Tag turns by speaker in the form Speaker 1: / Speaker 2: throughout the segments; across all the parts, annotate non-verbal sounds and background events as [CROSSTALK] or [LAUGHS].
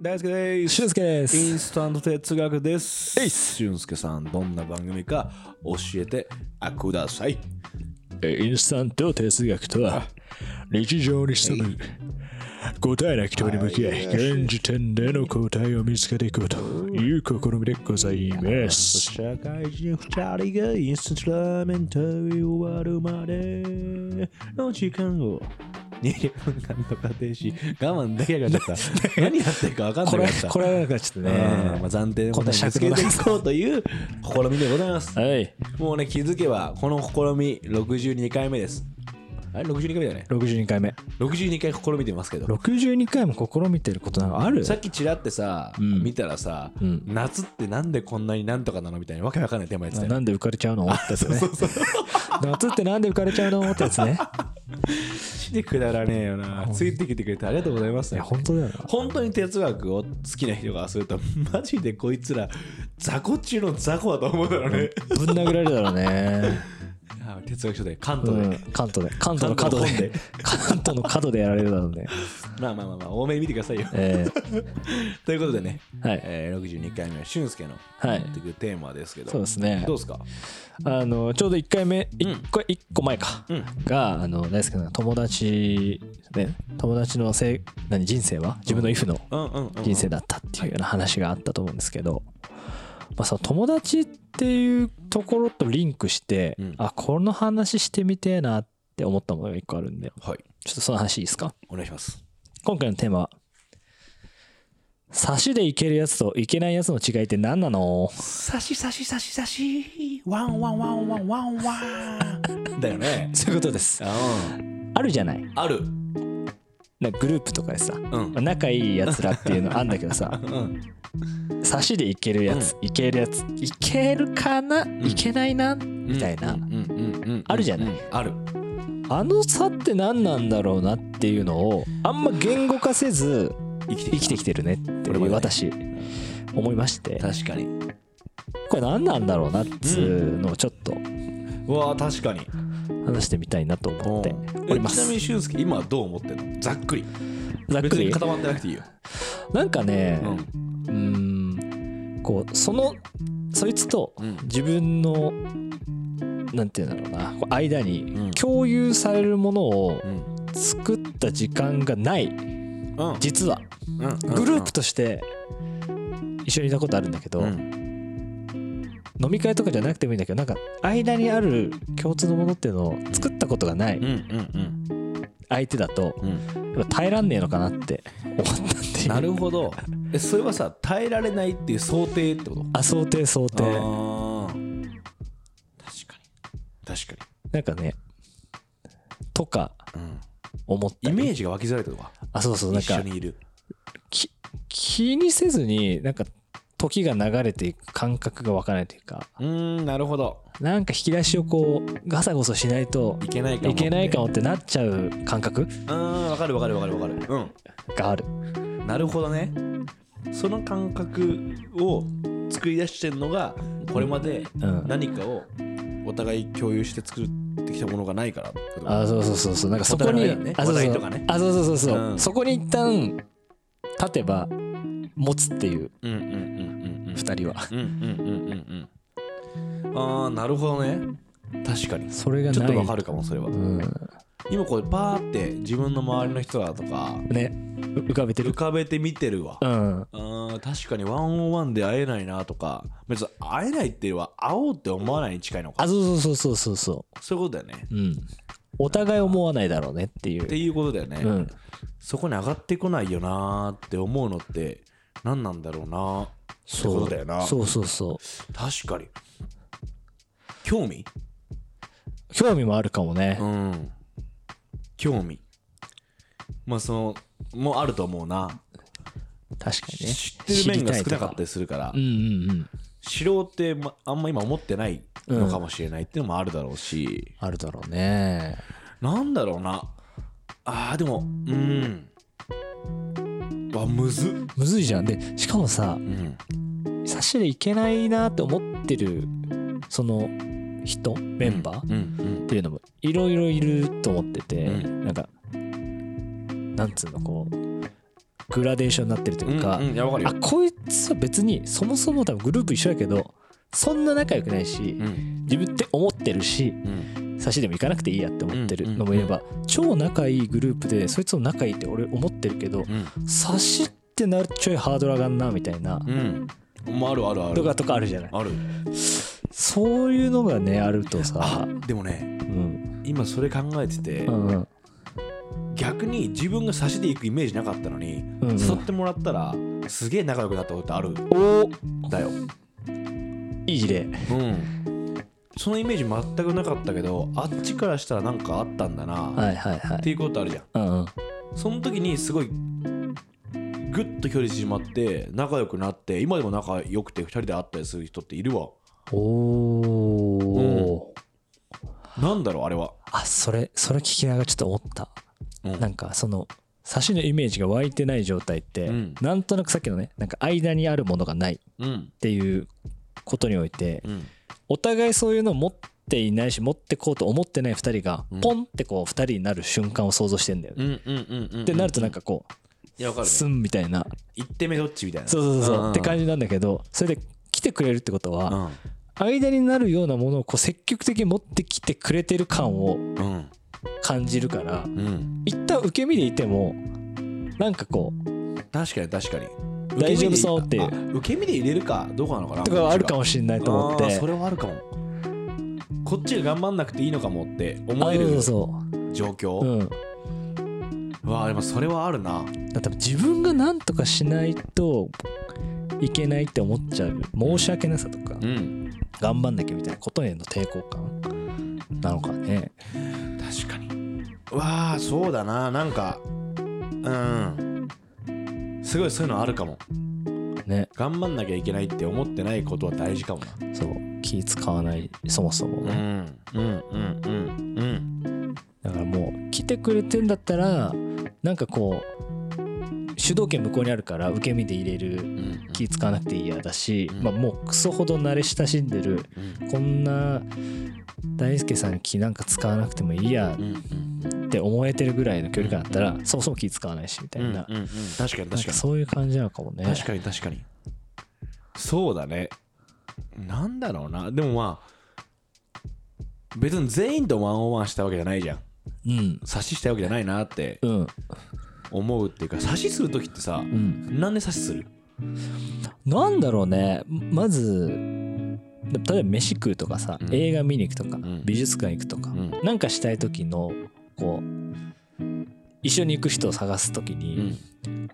Speaker 1: 大輔です
Speaker 2: 俊介で
Speaker 1: イン
Speaker 2: す
Speaker 1: スタント哲学です俊介さんどんな番組か教えてください
Speaker 2: インスタント哲学とは日常に潜む答えなき問いに向き合い現時点での答えを見つけていこうという試みでございます
Speaker 1: 社会人2人がインスタントラーメン食べ終わるまでの時間を20分間とか停止我慢できなかった [LAUGHS] 何やってるか分かんな
Speaker 2: こ
Speaker 1: か
Speaker 2: れ
Speaker 1: った
Speaker 2: これがちょっと
Speaker 1: うん
Speaker 2: ね
Speaker 1: まあ、暫定のこ
Speaker 2: こ
Speaker 1: と
Speaker 2: んな
Speaker 1: に
Speaker 2: 尺
Speaker 1: つ
Speaker 2: 度
Speaker 1: け
Speaker 2: な
Speaker 1: て
Speaker 2: い
Speaker 1: いこうという試みでございます
Speaker 2: はい
Speaker 1: もうね気づけばこの試み62回目ですあれ62回目だよね
Speaker 2: 62回目
Speaker 1: 62回試みてますけど
Speaker 2: 62回も試みてることなんかある
Speaker 1: さっきちらってさ、
Speaker 2: うん
Speaker 1: 見たらさ、
Speaker 2: うん
Speaker 1: 夏ってなんでこんなになんとかなのみたいなわけわかんないテーマやってたよ
Speaker 2: なんで浮かれちゃうのってやつね夏ってなんで浮かれちゃうのってやつ [LAUGHS] ね
Speaker 1: しでくだらねえよなついてきてくれてありがとうございます
Speaker 2: いや本当だよな
Speaker 1: 本当に哲学を好きな人がすると [LAUGHS] マジでこいつら雑魚中の雑魚だと思うだろうね、
Speaker 2: ぶん殴られるだろうね
Speaker 1: あ哲学書で関
Speaker 2: う
Speaker 1: 東で、
Speaker 2: ん関東で関東の角で関東の角でやられるだろうね
Speaker 1: まあまあまあまあ多めに見てくださいよ
Speaker 2: え
Speaker 1: ということでね、
Speaker 2: ーはい
Speaker 1: えー、62回目は俊介の
Speaker 2: はい
Speaker 1: 持ってくるテーマですけど、
Speaker 2: そうですね
Speaker 1: どうですか
Speaker 2: あのちょうど1回目
Speaker 1: うん
Speaker 2: 1個,、一個前か、
Speaker 1: うん
Speaker 2: があの大輔さんが友達ね友達のせい何人生は自分の if の
Speaker 1: うんうんうん
Speaker 2: 人生だったっていうような話があったと思うんですけど、まあ、その友達っていうところとリンクして、
Speaker 1: うん
Speaker 2: あこの話してみてえなって思ったものが1個あるんで
Speaker 1: はい
Speaker 2: ちょっとその話いいですか
Speaker 1: お願いします
Speaker 2: 今回のテーマは「差しでいけるやつといけないやつの違いって何なの?
Speaker 1: さしさしさしさしワンワンワンワンワンワンだよね」
Speaker 2: [LAUGHS] そういうことです
Speaker 1: うん
Speaker 2: あるじゃない
Speaker 1: ある
Speaker 2: なんかグループとかでさ、
Speaker 1: ん
Speaker 2: まあ仲いいやつらっていうのあんだけど
Speaker 1: [LAUGHS]
Speaker 2: さ
Speaker 1: うん
Speaker 2: 差しでいけるやつ、いけるやついけるかな、いけないなみたいな、
Speaker 1: うんうんうんうん
Speaker 2: あるじゃない
Speaker 1: うんある
Speaker 2: あの差って何なんだろうなっていうのをあんま言語化せず
Speaker 1: 生きて
Speaker 2: 生きてきてるねって
Speaker 1: 俺もね
Speaker 2: 私思いまして
Speaker 1: 確かに
Speaker 2: これ何なんだろうなっつうのをちょっと
Speaker 1: うわあ確かに
Speaker 2: 話してみたいなと思って
Speaker 1: うん
Speaker 2: おりま
Speaker 1: えちなみ
Speaker 2: す
Speaker 1: に俊介今はどう思ってんのざっくり
Speaker 2: ざっく
Speaker 1: 別に
Speaker 2: り
Speaker 1: 固まってなくていいよ
Speaker 2: なんかね
Speaker 1: うん
Speaker 2: うーんこうそのそいつと
Speaker 1: うん
Speaker 2: 自分のなんていうんだろうなこう間
Speaker 1: うん
Speaker 2: に共有されるものを
Speaker 1: うん
Speaker 2: 作った時間がない
Speaker 1: うん
Speaker 2: 実は
Speaker 1: うん
Speaker 2: グループとして一緒にいたことあるんだけど、
Speaker 1: うん
Speaker 2: 飲み会とかじゃなくてもいいんだけどなんか間にある共通のものっていうのを作ったことがない
Speaker 1: うんうん
Speaker 2: 相手だと
Speaker 1: うんうん
Speaker 2: やっぱ耐えらんねえのかなって思ったっていう
Speaker 1: なるほどえそれはさ耐えられないっていう想定ってこと
Speaker 2: あ想定想定
Speaker 1: あー確かに確か
Speaker 2: なんかねとか
Speaker 1: に、うん
Speaker 2: 思った
Speaker 1: イ
Speaker 2: り
Speaker 1: メージが湧きづらいとか
Speaker 2: あそうそうなん
Speaker 1: 一緒
Speaker 2: か
Speaker 1: にいる
Speaker 2: き気にせずになんか時が流れていく感覚がわからないというか
Speaker 1: うーんなるほど
Speaker 2: なんか引き出しをこうガサゴソしないと
Speaker 1: いけないかも
Speaker 2: いけないかもってなっちゃう感覚
Speaker 1: うーんわかるわかるわかるわかる
Speaker 2: がある
Speaker 1: うんなるほどねその感覚を作り出してるのがこれまで
Speaker 2: うん
Speaker 1: 何かをお互い共有して作ってきたものがないからってこと
Speaker 2: あそうそうそうそうなんかそこに、
Speaker 1: お互いだよね
Speaker 2: あ
Speaker 1: お
Speaker 2: そうそう
Speaker 1: 互いとかね
Speaker 2: あそうそうそうそう、
Speaker 1: うん
Speaker 2: そこに一旦立てば持つっていう
Speaker 1: うんうんうんうんうん
Speaker 2: 二人は
Speaker 1: うんうんうんうんうんああなるほどね確かに
Speaker 2: それが
Speaker 1: ちょ
Speaker 2: な
Speaker 1: っ
Speaker 2: い
Speaker 1: とわかるかもそれは
Speaker 2: うん
Speaker 1: 今これパーって自分の周りの人らとか
Speaker 2: ねう浮かべて
Speaker 1: 浮
Speaker 2: る
Speaker 1: かべて見てるわ
Speaker 2: うん
Speaker 1: あー確かにワンオンワンで会えないなとか別に会えないっていうのは会おうって思わないに近いのか
Speaker 2: あそうそうそうそうそうそ
Speaker 1: そういうことだよね
Speaker 2: ううんお互い思わないだろうねっていう
Speaker 1: っていうことだよね、
Speaker 2: うん
Speaker 1: そこに上がってこないよなーって思うのって何なんだろうな
Speaker 2: そう
Speaker 1: ってことだよな
Speaker 2: そうそうそ
Speaker 1: 確かに興味
Speaker 2: う興味もあるかもね、
Speaker 1: うん興味まあそのもうあると思うな
Speaker 2: 確かにね
Speaker 1: 知ってる面が少なかった
Speaker 2: 知り
Speaker 1: りするから
Speaker 2: たいとかうんうんうん
Speaker 1: 知ろうって、まあんま今思ってないのかもしれないっていうのもあるだろうし、
Speaker 2: あるだろうね
Speaker 1: なんだろうなあーでもうんあむずっ、
Speaker 2: むずいじゃんでしかもさ
Speaker 1: うん、
Speaker 2: 差しでいけないなって思ってるその人メンバー、
Speaker 1: うんうん
Speaker 2: っていうのもいろいろいると思ってて、
Speaker 1: う
Speaker 2: なんかなんつうのこうグラデーションになってるというか、
Speaker 1: うんうん、いやわかる
Speaker 2: あ
Speaker 1: よ、
Speaker 2: こいつは別にそもそも多分グループ一緒やけどそんな仲良くないし、
Speaker 1: うん
Speaker 2: 自分って思ってるし
Speaker 1: うん、
Speaker 2: 差しでも行かなくていいやって思ってるのもいれば、超仲いいグループでそいつも仲いいって俺思ってるけど
Speaker 1: うん
Speaker 2: 差しってなるちょいハードル上がんなみたいな、
Speaker 1: うんまああるあるある
Speaker 2: とかとかあるじゃない
Speaker 1: ある
Speaker 2: そういうのがねあるとさ
Speaker 1: あ、でもね
Speaker 2: うん
Speaker 1: 今それ考えてて、
Speaker 2: うんうん
Speaker 1: 逆に自分が差しでいくイメージなかったのに、
Speaker 2: うんうん
Speaker 1: 誘ってもらったらすげえ仲良くなったことある
Speaker 2: お
Speaker 1: だよ、
Speaker 2: いい事例
Speaker 1: うん、そのイメージ全くなかったけどあっちからしたらなんかあったんだな、
Speaker 2: はいはいは
Speaker 1: って
Speaker 2: い
Speaker 1: いうことあるじゃん
Speaker 2: うんうん
Speaker 1: その時にすごいグッと距離縮まって仲良くなって今でも仲良くて2人で会ったりする人っているわ
Speaker 2: おお、
Speaker 1: なんだろうあれは
Speaker 2: あそれそれ聞きながらちょっと思った、
Speaker 1: うん
Speaker 2: なんかその差しのイメージが湧いてない状態って、
Speaker 1: うん
Speaker 2: なんとなくさっきのねなんか間にあるものがないっ
Speaker 1: うん
Speaker 2: ていうことにおいて
Speaker 1: うん
Speaker 2: お互いそういうのを持っていないし持ってこうと思ってない2人が
Speaker 1: うん
Speaker 2: ポンってこう2人になる瞬間を想像してんだよね。
Speaker 1: うんうんうんうん
Speaker 2: ってなるとなんかこ
Speaker 1: いやわか
Speaker 2: う
Speaker 1: るね
Speaker 2: スンみたいな
Speaker 1: 一手目どっちみたいな
Speaker 2: そうそうそうそう、
Speaker 1: んん
Speaker 2: って感じなんだけどそれで来てくれるってことは、
Speaker 1: うん
Speaker 2: 間になるようなものをこう積極的に持ってきてくれてる感を
Speaker 1: うん
Speaker 2: 感じるから
Speaker 1: うん
Speaker 2: 一旦受け身でいてもなんかこう
Speaker 1: 確かに確かに
Speaker 2: 大丈夫そうっていう
Speaker 1: あ受け身で入れるかどうかなのかな
Speaker 2: とかはあるかも
Speaker 1: し
Speaker 2: しれないと思っ
Speaker 1: あー
Speaker 2: て
Speaker 1: それはあるかもこっちが頑張んなくていいのかもって思
Speaker 2: あ
Speaker 1: える
Speaker 2: そう
Speaker 1: 状況
Speaker 2: そう、うん、
Speaker 1: うわあでもそれはあるな
Speaker 2: だって自分が何とかしないといけないって思っちゃう申し訳なさとか
Speaker 1: うん
Speaker 2: 頑張んなきゃみたいなことへの抵抗感なのかね
Speaker 1: 確かにうわあそうだななんかうんすごいそういうのあるかも
Speaker 2: ね
Speaker 1: 頑張んなきゃいけないって思ってないことは大事かもな
Speaker 2: そう気使わないそもそもね、
Speaker 1: んうんうんうんうん
Speaker 2: だからもう来てくれてんだったらなんかこう主導権向こうにあるから受け身で入れる
Speaker 1: うん
Speaker 2: 気使わなくていいやだし、
Speaker 1: うん
Speaker 2: まあ、もうクソほど慣れ親しんでる
Speaker 1: うん
Speaker 2: こんな大輔さんに気なんか使わなくてもいいや
Speaker 1: うんうん
Speaker 2: って思えてるぐらいの距離感だったら、そもそも気使わないしみたいな,、
Speaker 1: うんうん確かに確か
Speaker 2: なんか
Speaker 1: に
Speaker 2: そういう感じなのかもね
Speaker 1: 確かに確かにそうだねなんだろうなでもまあ別に全員とワンオンワンしたわけじゃないじゃん
Speaker 2: うん
Speaker 1: 差ししたわけじゃないなって
Speaker 2: うん
Speaker 1: 思うっていうか差しする時ってさ
Speaker 2: うん
Speaker 1: なんで差しする
Speaker 2: なんだろうねまず例えば飯食うとかさ、
Speaker 1: うん
Speaker 2: 映画見に行くとか、
Speaker 1: ん
Speaker 2: 美術館行くとか、
Speaker 1: うん
Speaker 2: なんかしたい時のこう一緒に行く人を探す時に、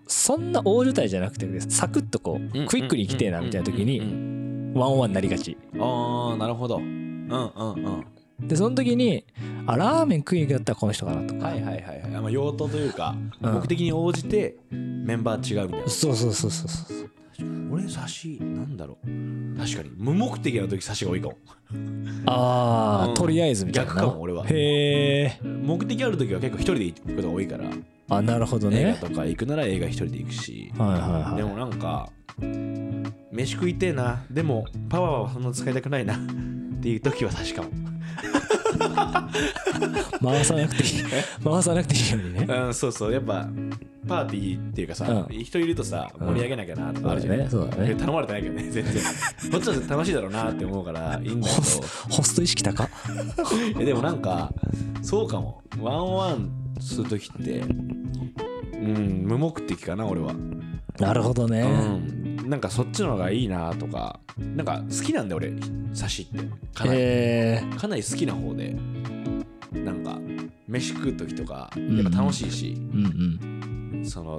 Speaker 2: そんな大所帯じゃなくてサクッとこう、クイックに行きてえなみたいな時に、
Speaker 1: に
Speaker 2: ワンオンワンになりがち
Speaker 1: ああなるほどうんうんうん
Speaker 2: でその時にあラーメン食いに行くんだったらこの人かなとか、
Speaker 1: はいはいはいはいあまあ用途というか
Speaker 2: うん
Speaker 1: 目的に応じてメンバー違うみたいな
Speaker 2: そうそうそうそうそう
Speaker 1: 俺差しなんだろう確かに無目的な時差しが多いかも
Speaker 2: あー、
Speaker 1: うん
Speaker 2: とりあえずみたいな
Speaker 1: 逆かも俺は
Speaker 2: へえ
Speaker 1: 目的ある時は結構一人で行くことが多いから
Speaker 2: あなるほど
Speaker 1: 映画
Speaker 2: ね
Speaker 1: とか行くなら映画一人で行くし
Speaker 2: はいはい
Speaker 1: で
Speaker 2: はい
Speaker 1: もなんか飯食いてえなでもパワーはそんな使いたくないなっていう時は確か
Speaker 2: [LAUGHS]
Speaker 1: も
Speaker 2: 回さなくていい回さなくていいようにね
Speaker 1: うんそうそうやっぱパーティーっていうかさ
Speaker 2: うん
Speaker 1: 人いるとさ盛り上げなきゃなとかあるじゃない
Speaker 2: そうだねそうだね
Speaker 1: 頼まれてないけどね [LAUGHS] 全然こっちは楽しいだろうなって思うからいいんだ
Speaker 2: [LAUGHS] ホスホスト意識高
Speaker 1: けどえでもなんかそうかもワンオンワンする時ってうん無目的かな俺は
Speaker 2: なるほどね、
Speaker 1: うん、なんかそっちの方がいいなとかなんか好きなんだよ俺刺しってかなり、
Speaker 2: えー
Speaker 1: かなり好きな方でなんか飯食う時とか
Speaker 2: ん
Speaker 1: やっぱ楽しいし、
Speaker 2: うん
Speaker 1: その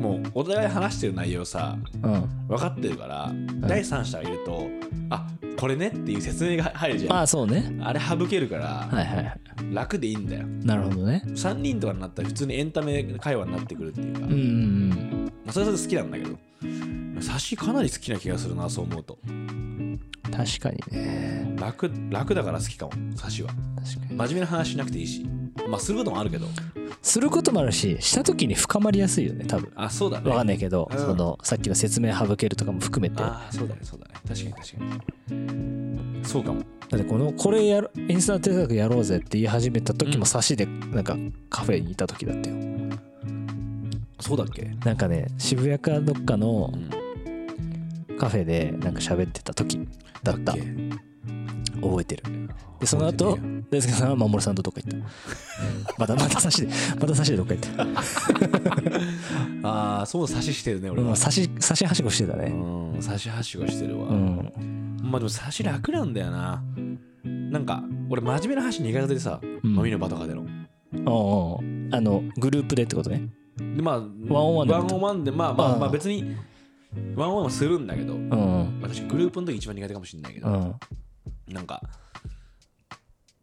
Speaker 1: もうお互い話してる内容さ
Speaker 2: うんうん
Speaker 1: 分かってるから、第三者がいるとあこれねっていう説明が入るじゃん
Speaker 2: あ
Speaker 1: あ
Speaker 2: あそうね
Speaker 1: れ省けるから、
Speaker 2: はいはいはい
Speaker 1: 楽でいいんだよ
Speaker 2: なるほどね
Speaker 1: 3人とかになったら普通にエンタメ会話になってくるっていうか、
Speaker 2: うんう
Speaker 1: ま
Speaker 2: ん
Speaker 1: あそれはそれで好きなんだけど刺しかなり好きな気がするなそう思うと
Speaker 2: うん確かにね
Speaker 1: 楽楽だから好きかも歌詞は
Speaker 2: 確かに
Speaker 1: 真面目な話しなくていいしまあすることもあるけど
Speaker 2: することもあるしした時に深まりやすいよね多分
Speaker 1: あそうだね
Speaker 2: わかんないけど、
Speaker 1: うん
Speaker 2: そのさっきの説明省けるとかも含めてだ
Speaker 1: あそうだねそうだね確かに確かにそうかも
Speaker 2: ってこのこれやるインスタント哲学やろうぜって言い始めた時
Speaker 1: うん
Speaker 2: も差しでなんかカフェにいた時だったよ
Speaker 1: そうだっけ
Speaker 2: なんかね渋谷かどっかの
Speaker 1: うん
Speaker 2: カフェでなんか喋ってた時だった
Speaker 1: け
Speaker 2: 覚えてるでその後
Speaker 1: 覚えて
Speaker 2: 大輔さんは守さんとどっか行った
Speaker 1: [LAUGHS]
Speaker 2: またまた差しでまた差しでどっか行った
Speaker 1: ああそう指ししてるね [LAUGHS] 俺
Speaker 2: う
Speaker 1: は
Speaker 2: ん差し差しはしごしてたね
Speaker 1: うん差しはしごしてるわ、
Speaker 2: うん
Speaker 1: まあでも差し楽なんだよななんか俺真面目な話苦手でさ、
Speaker 2: うん
Speaker 1: 飲みの場とかでの
Speaker 2: おうおうあのグループでってことね
Speaker 1: でまあワ
Speaker 2: ンオンワンで
Speaker 1: ワンオンワンでまあま
Speaker 2: あ
Speaker 1: あ
Speaker 2: ー
Speaker 1: まあ別にワンオンワンはするんだけど、
Speaker 2: うん
Speaker 1: 私グループの時一番苦手かもしれないけ
Speaker 2: う
Speaker 1: ど、
Speaker 2: ん
Speaker 1: なんか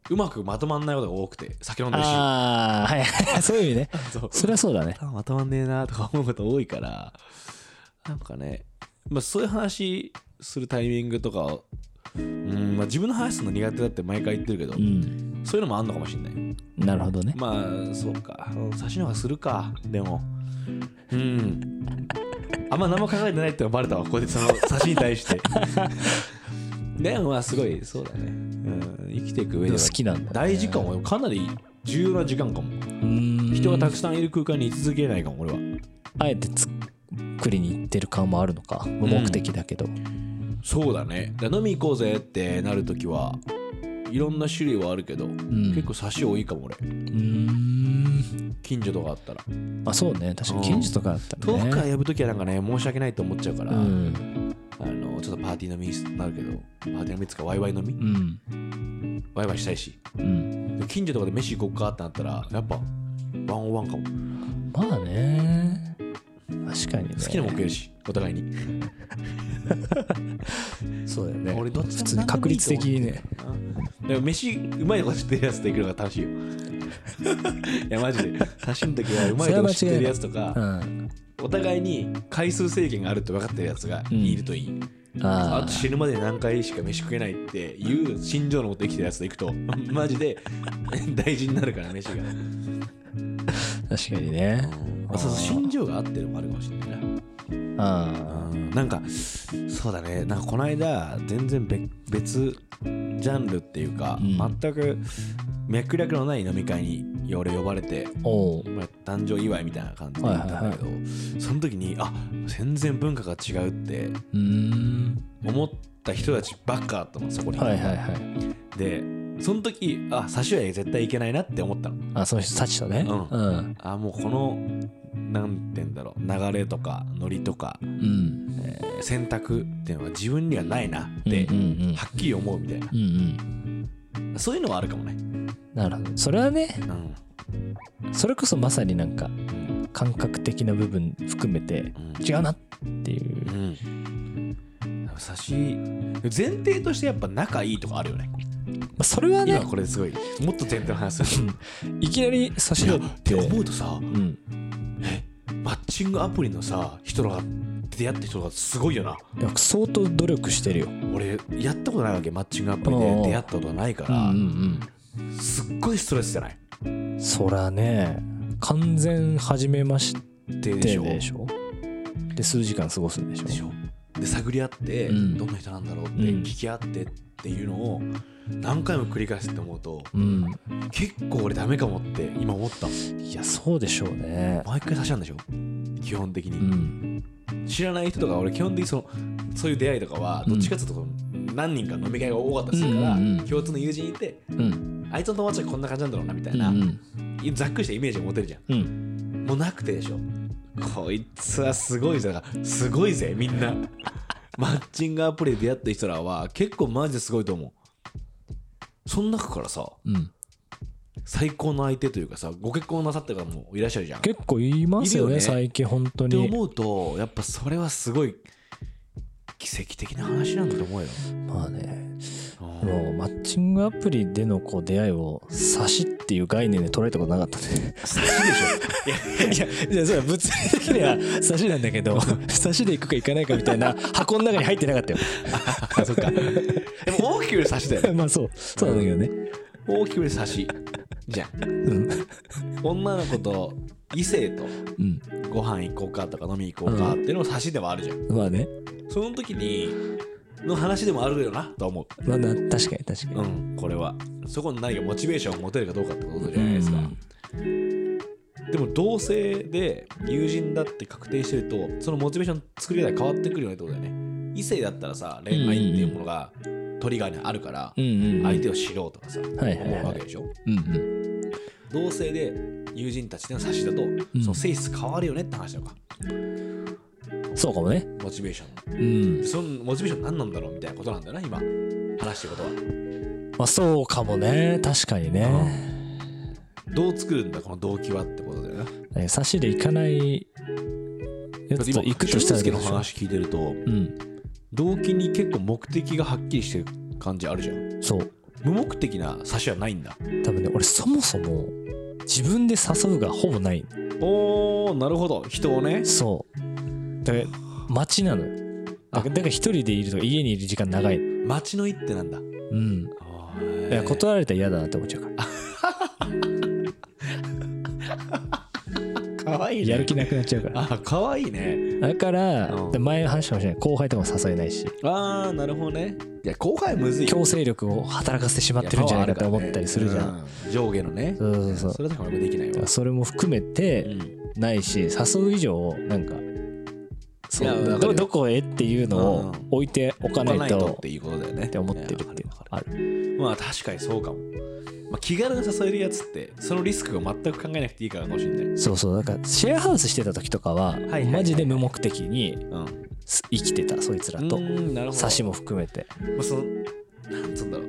Speaker 1: うまくまとまんないことが多くて酒飲んでるし
Speaker 2: ああはい [LAUGHS] そういう意味ね
Speaker 1: [LAUGHS] そう
Speaker 2: それはそうだね
Speaker 1: 多分まとまんねえなとか思うこと多いからなんかね、まあ、そういう話するタイミングとかうん、まあ、自分の話するの苦手だって毎回言ってるけど、
Speaker 2: うん
Speaker 1: そういうのもあんのかもしれない
Speaker 2: なるほどね
Speaker 1: まあそうか差しのがするかでもうんあんま何も考えてないってのがバレたわここでその差しに対して [LAUGHS] でもまあすごいそうだね、うん、生きていく上
Speaker 2: で
Speaker 1: で
Speaker 2: も
Speaker 1: は
Speaker 2: 好きなんだね
Speaker 1: 大時間はかなり重要な時間かも
Speaker 2: うん
Speaker 1: 人がたくさんいる空間に居続けないかも俺は
Speaker 2: あえて作りに行ってる感もあるのか無目的だけど、
Speaker 1: そうだねだから飲み行こうぜってなるときはいろんな種類はあるけど、結構差し多いかも俺
Speaker 2: うーん
Speaker 1: 近所とかあったら
Speaker 2: まあそうね確かに近所とかだった
Speaker 1: 遠
Speaker 2: らね
Speaker 1: くから呼ぶときはなんかね申し訳ないと思っちゃうから、
Speaker 2: うん
Speaker 1: あのちょっとパーティー飲みになるけどパーティー飲みっつうかワイワイ飲み、
Speaker 2: うん
Speaker 1: ワイワイしたいし
Speaker 2: うん
Speaker 1: で近所とかで飯行こうかってなったらやっぱワンオンワンかも
Speaker 2: まあね確かにね
Speaker 1: 好きなもん食えるしお互いに
Speaker 2: そうだよね
Speaker 1: 俺どっち
Speaker 2: 普通に確率的にね
Speaker 1: でも飯うまいとこ知ってるやつと行くのが楽しいよ [LAUGHS] いやマジで写真の時はうまいとこ知ってるやつとか
Speaker 2: うん
Speaker 1: お互いに回数制限があるって分かってるやつが
Speaker 2: うん
Speaker 1: いるといい、あ
Speaker 2: あ
Speaker 1: と死ぬまでに何回しか飯食えないっていう心情の持って生きてるやつと行くと [LAUGHS] マジで大事になるから飯が、
Speaker 2: あ確かにね
Speaker 1: あそうそう心情があってるのもあるかもしれないな、
Speaker 2: あ
Speaker 1: うんなんかそうだねなんかこの間全然別別ジャンルっていうか、
Speaker 2: うん
Speaker 1: 全く脈絡のない飲み会に俺呼ばれて
Speaker 2: あおう
Speaker 1: まあ、誕生祝いみたいな感じで行ったんだけど、その時にあ全然文化が違うって
Speaker 2: うーん
Speaker 1: 思った人たちばっかだったのそこに、
Speaker 2: はいはいはい
Speaker 1: でその時あ差しは絶対いけないなって思ったの
Speaker 2: あその人たちとね
Speaker 1: うん
Speaker 2: うん
Speaker 1: あもうこのなんて言うんだろう流れとかノリとか、
Speaker 2: うん
Speaker 1: えー選択っていうのは自分にはないなっ
Speaker 2: うん
Speaker 1: て、
Speaker 2: うんうん
Speaker 1: はっきり思うみたいな
Speaker 2: うんうん
Speaker 1: そういうのはあるかもね
Speaker 2: なるほどそれはね
Speaker 1: うん
Speaker 2: それこそまさになんか
Speaker 1: うん
Speaker 2: 感覚的な部分含め
Speaker 1: う
Speaker 2: て
Speaker 1: ん
Speaker 2: 違うなっていう
Speaker 1: うん差し前提としてやっぱ仲いいとかあるよね
Speaker 2: まあそれは
Speaker 1: 今
Speaker 2: ね
Speaker 1: これすごいもっと前提の話する
Speaker 2: いきなり差し
Speaker 1: いや
Speaker 2: 出っ
Speaker 1: って
Speaker 2: て
Speaker 1: 思うとさ
Speaker 2: うん
Speaker 1: マッチングアプリのさ人が出会った人がすごいよない
Speaker 2: や相当努力してるよ
Speaker 1: 俺やったことないわけマッチングアプリ
Speaker 2: うんうん
Speaker 1: で出会ったことがないか
Speaker 2: うん
Speaker 1: ら、
Speaker 2: うん
Speaker 1: すっごいストレスじゃない
Speaker 2: うんそらね完全初めまして
Speaker 1: で
Speaker 2: で
Speaker 1: し
Speaker 2: し
Speaker 1: ょ
Speaker 2: ょで数時間過ごすんでしょ
Speaker 1: でしょで探り合って、
Speaker 2: うん
Speaker 1: どんな人なんだろうって
Speaker 2: うん
Speaker 1: 聞き合ってっていうのを何回も繰り返すって思うと
Speaker 2: うん
Speaker 1: 結構俺ダメかもって今思った
Speaker 2: いやそうでしょうね
Speaker 1: 毎回差しなんでしょ基本的に、
Speaker 2: うん
Speaker 1: 知らない人とか俺基本的にそのそういう出会いとかはどっちかっていうと何人か飲み会が多かったりするから、
Speaker 2: うんうんうん
Speaker 1: 共通の友人いて
Speaker 2: うん
Speaker 1: あいつの友達はこんな感じなんだろうなみた
Speaker 2: う
Speaker 1: いな、
Speaker 2: ん
Speaker 1: ざっくりしたイメージを持てるじゃん
Speaker 2: うん
Speaker 1: もうなくてでしょこいつはすごいぜだからすごいぜみんなマッチングアプリで出会った人らは結構マジですごいと思うその中からさ
Speaker 2: うん
Speaker 1: 最高の相手というかさご結婚なさってる方もいらっしゃるじゃんっ
Speaker 2: 結構いますよ
Speaker 1: いるよ
Speaker 2: ね
Speaker 1: ね
Speaker 2: 最近本当
Speaker 1: て
Speaker 2: に
Speaker 1: 思うとやっぱそれはすごい奇跡的な話なんだと思うよ、
Speaker 2: まあね
Speaker 1: うん
Speaker 2: もうマッチングアプリでのこう出会いを差しっていう概念で捉えたことなかったね
Speaker 1: 差しでしょいやいや
Speaker 2: いやそれは物理的には差しなんだけど [LAUGHS] 差しで行くか行かないかみたいな箱の中に入ってなかったよ
Speaker 1: [LAUGHS] あそっかでも大きくより差しだよね
Speaker 2: [LAUGHS] まあそうそうなんだけどね
Speaker 1: 大きくより差しじゃん
Speaker 2: うん
Speaker 1: 女の子と異性と
Speaker 2: うん
Speaker 1: ご飯行こうかとか飲み行こうかっていうのも差しではあるじゃん、
Speaker 2: まあね
Speaker 1: その時にの話でもあるよなと思
Speaker 2: まあな確かに確かに
Speaker 1: ううんこれはそこに何かモチベーションを持てるかどうかってことじゃないですか、
Speaker 2: うん
Speaker 1: でも同性で友人だって確定してるとそのモチベーション作り方が変わってくるよねってことだよね異性だったらさ恋愛っていうものがトリガーにあるから
Speaker 2: うんうんうん
Speaker 1: 相手を知ろうとかさ思
Speaker 2: はいはいう
Speaker 1: わけでしょ
Speaker 2: うんうん
Speaker 1: 同性で友人たちの差しだとその性質変わるよねって話なのか
Speaker 2: そうかもね
Speaker 1: モチベーションの
Speaker 2: うん
Speaker 1: そのモチベーション何なんだろうみたいなことなんだよな今話してることは
Speaker 2: まあそうかもね確かにね
Speaker 1: どう作るんだこの動機はってことだよな
Speaker 2: え差しで行かないやつと行くとしたら
Speaker 1: 俊介の
Speaker 2: どうでし
Speaker 1: 話聞いてると
Speaker 2: ょううん
Speaker 1: 動機に結構目的がはっきりしてる感じあるじゃん
Speaker 2: そう
Speaker 1: 無目的な差しはないんだ
Speaker 2: 多分ね俺そもそも自分で誘うがほぼない
Speaker 1: おーなるほど人をね
Speaker 2: そうだから街なのよだ
Speaker 1: あ
Speaker 2: からだから一人でいるとか家にいる時間長い
Speaker 1: 街の一手なんだ
Speaker 2: うんだから断られたら嫌だなって思っちゃうから
Speaker 1: かわい
Speaker 2: やる気なくなっちゃうから
Speaker 1: あかわいいね
Speaker 2: だから
Speaker 1: うん
Speaker 2: で前話したかもしれない後輩とかも誘えないし
Speaker 1: ああなるほどねいや後輩むずいよ
Speaker 2: 強制力を働かせてしまってるんじゃないかと思ったりするじゃ
Speaker 1: い
Speaker 2: ん、
Speaker 1: やパワーあるからねうん上下のね
Speaker 2: そうそうそう
Speaker 1: それだから俺もできない
Speaker 2: だか
Speaker 1: わ
Speaker 2: らそれも含め
Speaker 1: う
Speaker 2: て
Speaker 1: ん
Speaker 2: ないし誘う以上なんかそ
Speaker 1: いやわかる
Speaker 2: う
Speaker 1: よ
Speaker 2: どどこへっていうの
Speaker 1: う
Speaker 2: を
Speaker 1: ん
Speaker 2: 置いておか
Speaker 1: 置か
Speaker 2: な
Speaker 1: ないいと
Speaker 2: と
Speaker 1: っていうことだよねっ
Speaker 2: って思ってるっていうのがある
Speaker 1: まあ確かにそうかも、まあ、気軽に誘えるやつってそのリスクを全く考えなくていいからかもしれない
Speaker 2: そうそうだからシェアハウスしてた時とかは
Speaker 1: はいはい
Speaker 2: マジで無目的に
Speaker 1: うん
Speaker 2: す生きてたそいつら
Speaker 1: う
Speaker 2: と
Speaker 1: ーんなるほど
Speaker 2: 差しも含めて
Speaker 1: まあ、そのなんつうんだろう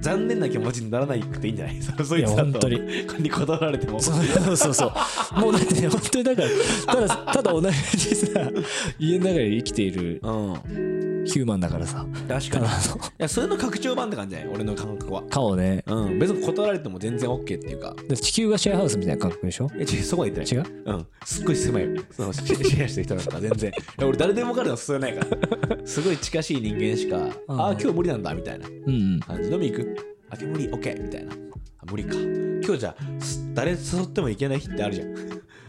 Speaker 1: 残念な気持ちにならないくていいんじゃない [LAUGHS] そそ
Speaker 2: い
Speaker 1: い
Speaker 2: や
Speaker 1: つだ
Speaker 2: 本
Speaker 1: と
Speaker 2: 当に
Speaker 1: に断られても
Speaker 2: そうそ
Speaker 1: [LAUGHS]
Speaker 2: うそうもうだってね本当にだからただただ同じさ家の中で生きている
Speaker 1: うん
Speaker 2: ヒューマンだからさ
Speaker 1: 確
Speaker 2: た
Speaker 1: かにい
Speaker 2: だあの
Speaker 1: やそれの拡張版って感じじゃない俺の感覚は
Speaker 2: 顔をね
Speaker 1: うん別に断られても全然 OK っていうか
Speaker 2: で地球がシェアハウスみたいな感覚でしょ
Speaker 1: いや違うそこまで言って
Speaker 2: 違
Speaker 1: な
Speaker 2: う
Speaker 1: いうんすっごい狭いよそのシェ
Speaker 2: [LAUGHS]
Speaker 1: シェアしてる人なんか全然いや俺誰でも彼でも誘えない
Speaker 2: [LAUGHS]
Speaker 1: からすごい近しい人間しか
Speaker 2: うん
Speaker 1: ああー今日無理なんだみたいな
Speaker 2: うんうん
Speaker 1: 感じ飲み行くあ今日無理 OK みたいなあ無理か今日じゃあす誰誘ってもいけない日ってあるじゃん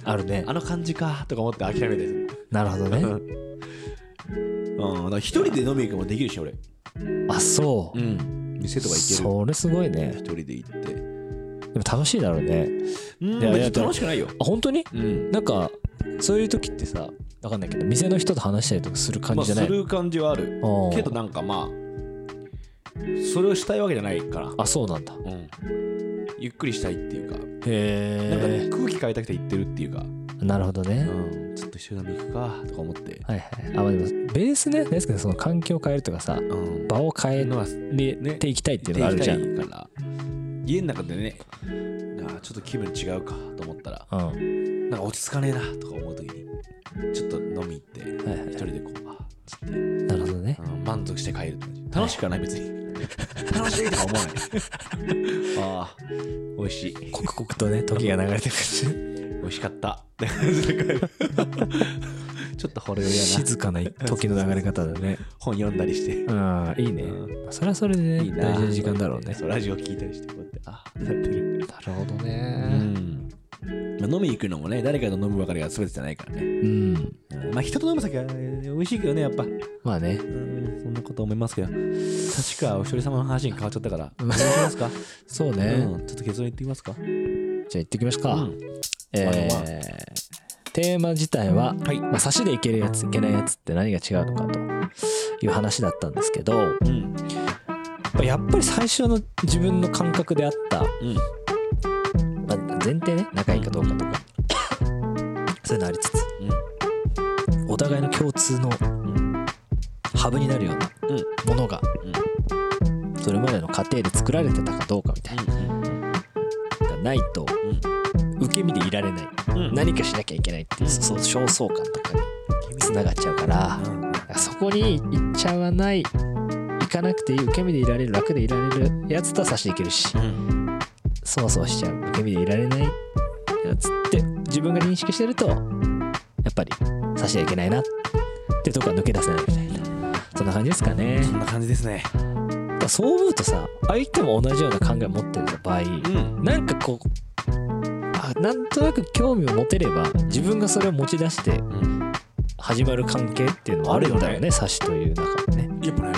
Speaker 2: あるね
Speaker 1: あの感じかとか思って諦めてる
Speaker 2: なるほどね
Speaker 1: うん、だから一人で飲み行くもできるし俺、、
Speaker 2: あそうん
Speaker 1: 店とか行ける
Speaker 2: それすごい
Speaker 1: 一
Speaker 2: ね
Speaker 1: 人で行って
Speaker 2: でも楽しいだろうね
Speaker 1: うん
Speaker 2: いやいや
Speaker 1: 別に楽しくないよ
Speaker 2: あ本当に
Speaker 1: うん
Speaker 2: なんかそういう時ってさわかんないけど店の人と話したりとかする感
Speaker 1: ま
Speaker 2: じ
Speaker 1: あ
Speaker 2: じゃ
Speaker 1: す
Speaker 2: ない、
Speaker 1: る感じはある
Speaker 2: あー
Speaker 1: けどなんかまあそれをしたいわけじゃないから、
Speaker 2: あそうなんだへ
Speaker 1: うん、ゆっくりしたいっていうかなん
Speaker 2: え
Speaker 1: か空気変えたくて行ってるっていうか、
Speaker 2: なるほどね、
Speaker 1: うん、ちょっと一緒に飲み行くかとか思って、
Speaker 2: はいはいあまあでもベースねですけどその環境を変えるとかさ
Speaker 1: うん、
Speaker 2: 場を変え
Speaker 1: のは
Speaker 2: ていきたいっていうのがあ
Speaker 1: 行
Speaker 2: る
Speaker 1: き
Speaker 2: じ
Speaker 1: た
Speaker 2: ゃ
Speaker 1: い
Speaker 2: ん、
Speaker 1: から家の中でねあーちょっと気分違うかと思ったら
Speaker 2: うん
Speaker 1: なんか落ち着かねえなとか思う時にちょっと飲み行って
Speaker 2: はいはい
Speaker 1: 一人でこうあーっつって
Speaker 2: なるほどね
Speaker 1: あー満足して帰るって感じ楽しくはない別に楽しいとか思わない
Speaker 2: [LAUGHS]
Speaker 1: あー美味しい
Speaker 2: 刻々とね時が流
Speaker 1: [LAUGHS]
Speaker 2: れてくる
Speaker 1: 美味しかった [LAUGHS] って感じで帰るちょっとほろ酔いやな
Speaker 2: 静かな時の流れ方だね
Speaker 1: 本読んだりして
Speaker 2: うんいいね
Speaker 1: う
Speaker 2: それはそれでね
Speaker 1: いいな
Speaker 2: [LAUGHS] 大事な時間だろうね
Speaker 1: そうラジオ聞いたりしてこうやってあーってなってる
Speaker 2: なるほど
Speaker 1: う
Speaker 2: ね
Speaker 1: んまあ飲み行くのもね誰かと飲むばかりが全てじゃないからね、
Speaker 2: うん、
Speaker 1: うんまあ人と飲む酒はえー美味しいけどねやっぱ、う
Speaker 2: まあね
Speaker 1: ん、そんなこと思いますけど確かお一人様の話に変わっちゃったからどうしますか、
Speaker 2: そう [LAUGHS] ね、
Speaker 1: うん、ちょっと結論言ってみますか
Speaker 2: じゃあ行ってきますか、
Speaker 1: うん
Speaker 2: え
Speaker 1: ワンワ
Speaker 2: ーテーマ自体は、
Speaker 1: はい
Speaker 2: まあ、差しでいけるやついけないやつって何が違うのかという話だったんですけど
Speaker 1: うん
Speaker 2: やっぱり最初の自分の感覚であった、
Speaker 1: うん
Speaker 2: まあ、前提ね仲いいかどうかとかそういうのありつつお互いの共通の
Speaker 1: うん
Speaker 2: ハブになるような
Speaker 1: うん
Speaker 2: ものが
Speaker 1: うん
Speaker 2: それまでの過程で作られてたかどうかみたいなのがないと受け身でいられない
Speaker 1: うん
Speaker 2: 何かしなきゃいけないっていうそう焦燥感とかにつながっちゃうから。そこに行っちゃわない行かなくていい受け身でいられる楽でいられるやつとは差しでいけるし
Speaker 1: うん
Speaker 2: そわそわしちゃう受け身でいられないやつって自分が認識してるとやっぱり差しでいけないなってとこは抜け出せないみたいなそんな感じですかね
Speaker 1: そんな感じですね
Speaker 2: だからそう思うとさ相手も同じような考え持ってる場合
Speaker 1: うん
Speaker 2: なんかこうあなんとなく興味を持てれば自分がそれを持ち出して
Speaker 1: うん
Speaker 2: 始まる関係っていうのはあるんだよね差しという中でね
Speaker 1: やっぱね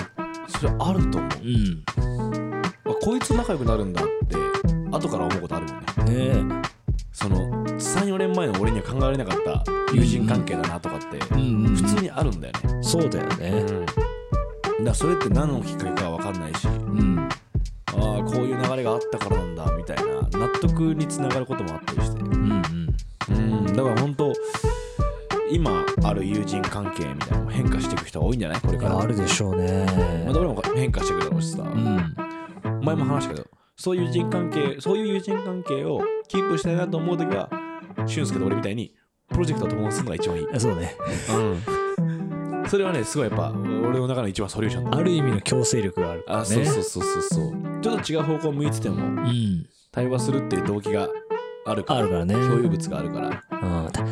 Speaker 1: それあると思う
Speaker 2: うん
Speaker 1: あこいつと仲良くなるんだって後から思うことあるもんね
Speaker 2: ねえ
Speaker 1: その34 14年前の俺には考えられなかった友人関係だなとかって
Speaker 2: うんうん
Speaker 1: 普通にあるんだよね、
Speaker 2: そうだよね
Speaker 1: だからそれって何のきっかけか分かんないし
Speaker 2: う
Speaker 1: あ
Speaker 2: ん
Speaker 1: あこういう流れがあったからなんだみたいな納得につながることもあったりして
Speaker 2: うんうん
Speaker 1: うんだから本当今ある友人関係みたいなのも変化していく人が多いんじゃないこれ
Speaker 2: い
Speaker 1: から
Speaker 2: やあるでしょうね
Speaker 1: まあ、俺も変化してくるだろうしさ、
Speaker 2: うん
Speaker 1: 前も話したけどそういう友人関係そういう友人関係をキープしたいなと思う時は俊介と俺みたいにプロジェクトを共にするのが一番いい、
Speaker 2: そうね
Speaker 1: それはねすごいやっぱ俺の中の一番ソリューションだ
Speaker 2: ある意味の強制力があるからね
Speaker 1: あそうそうそうそうそうちょっと違う方向向いてても
Speaker 2: うん
Speaker 1: 対話するっていう動機があるから
Speaker 2: あるからね
Speaker 1: 共有物があるから
Speaker 2: うん、た確か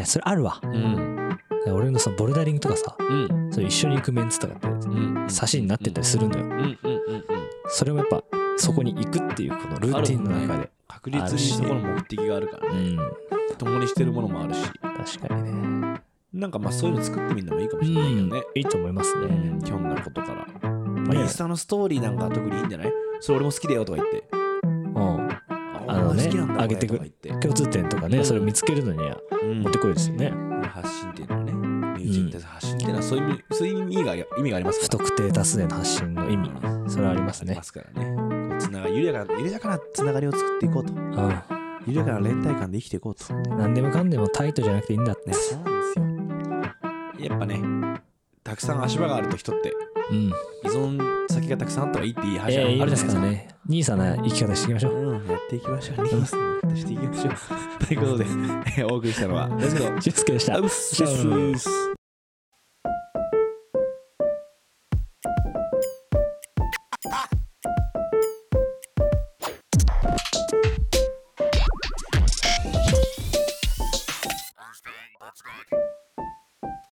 Speaker 2: にそれあるわ
Speaker 1: うん
Speaker 2: 俺のさボルダリングとかさ
Speaker 1: うん
Speaker 2: それ一緒に行くメンツとかって
Speaker 1: うん
Speaker 2: 差しになってたりするのよ
Speaker 1: うんうんうんうん
Speaker 2: それもやっぱそこに行くっていうこのルーティンの中で、
Speaker 1: 確実にそこの目的があるからね
Speaker 2: うん
Speaker 1: 共にしてるものもあるし
Speaker 2: 確かにね
Speaker 1: なんかまあそういうの作ってみるのもいいかも
Speaker 2: う
Speaker 1: しれないけど
Speaker 2: ん
Speaker 1: ね、
Speaker 2: いいと思いますね、
Speaker 1: ひょんなことから、まあ、
Speaker 2: ね
Speaker 1: インスタのストーリーなんかは特にいいんじゃないそれ俺も好きだよとか言って
Speaker 2: うん
Speaker 1: あ
Speaker 2: あの
Speaker 1: 俺も
Speaker 2: ね
Speaker 1: 好きなんだ
Speaker 2: 上げてく
Speaker 1: これとか
Speaker 2: 共通点とかね、
Speaker 1: うん
Speaker 2: それを見つけるのには
Speaker 1: 言
Speaker 2: 持っ
Speaker 1: って
Speaker 2: こいですよね、
Speaker 1: うん、発信っていうのはね身内に対する発信っていうのはそういう意味そういう意味が意味がありますから
Speaker 2: 不特定多数での発信の意味それはあります
Speaker 1: あり
Speaker 2: ね
Speaker 1: ま、すからねこうつなが緩やかな緩やかなつながりを作っていこうと
Speaker 2: う
Speaker 1: 緩やかな連帯感で生きていこうとね
Speaker 2: ん、何でもかんでもタイトじゃなくていいんだって、
Speaker 1: そうなんですよやっぱねたくさん足場があると人って
Speaker 2: うん
Speaker 1: 依存先がたくさんあった方がいいっていい話
Speaker 2: え
Speaker 1: がある
Speaker 2: えい
Speaker 1: じゃ
Speaker 2: い
Speaker 1: ない
Speaker 2: で
Speaker 1: ですす
Speaker 2: か
Speaker 1: から
Speaker 2: ね兄さんな生き方していきましょう
Speaker 1: うん、やっていきましょう、ニース。していきま [LAUGHS] しょう。ということで、えーお送りした [LAUGHS] のは、レスゴー。
Speaker 2: 俊介でした
Speaker 1: アブスシスス